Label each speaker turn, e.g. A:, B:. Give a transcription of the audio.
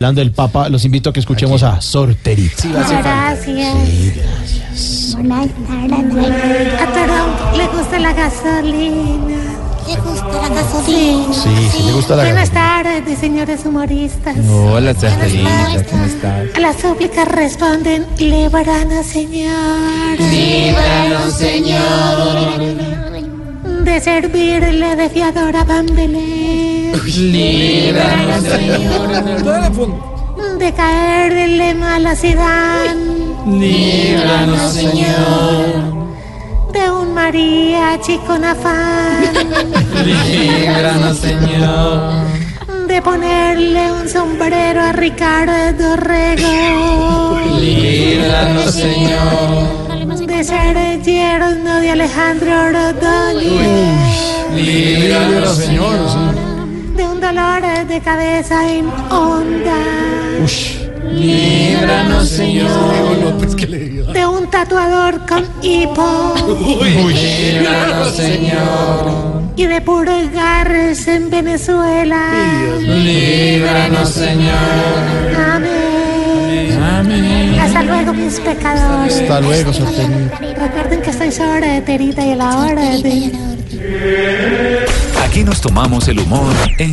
A: hablando del Papa, los invito a que escuchemos a Sorterita.
B: Gracias. Buenas tardes. A todos le gusta la gasolina.
C: ¿Le gusta la gasolina?
A: Sí, sí, le gusta la
B: Buenas tardes, señores humoristas.
D: Hola, Sardelita, ¿cómo estás?
B: A las súplicas responden, librana, señor.
C: Líbranos, Señor.
B: De servirle de fiadora Bambelé.
C: Líbranos, Señor.
B: De caerle mal a Zidane.
C: Líbranos, Señor.
B: De un mariachi con afán.
D: Líbranos, Señor.
B: De ponerle un sombrero a Ricardo Rego.
D: Líbranos, Señor.
B: De ser yerno de Alejandro Rodríguez.
D: Líbranos, Señor.
B: De un dolor de cabeza en onda.
D: Líbranos, Señor.
B: De un tatuador con hipo.
D: Líbranos, Señor.
B: Y de purgarse en Venezuela.
D: Líbranos, Señor.
B: Amén.
D: Amén.
B: Hasta luego, mis pecadores.
A: Hasta luego, Sorterita.
B: Recuerden que estoy sobre Terita y la hora de.
E: Aquí nos tomamos el humor en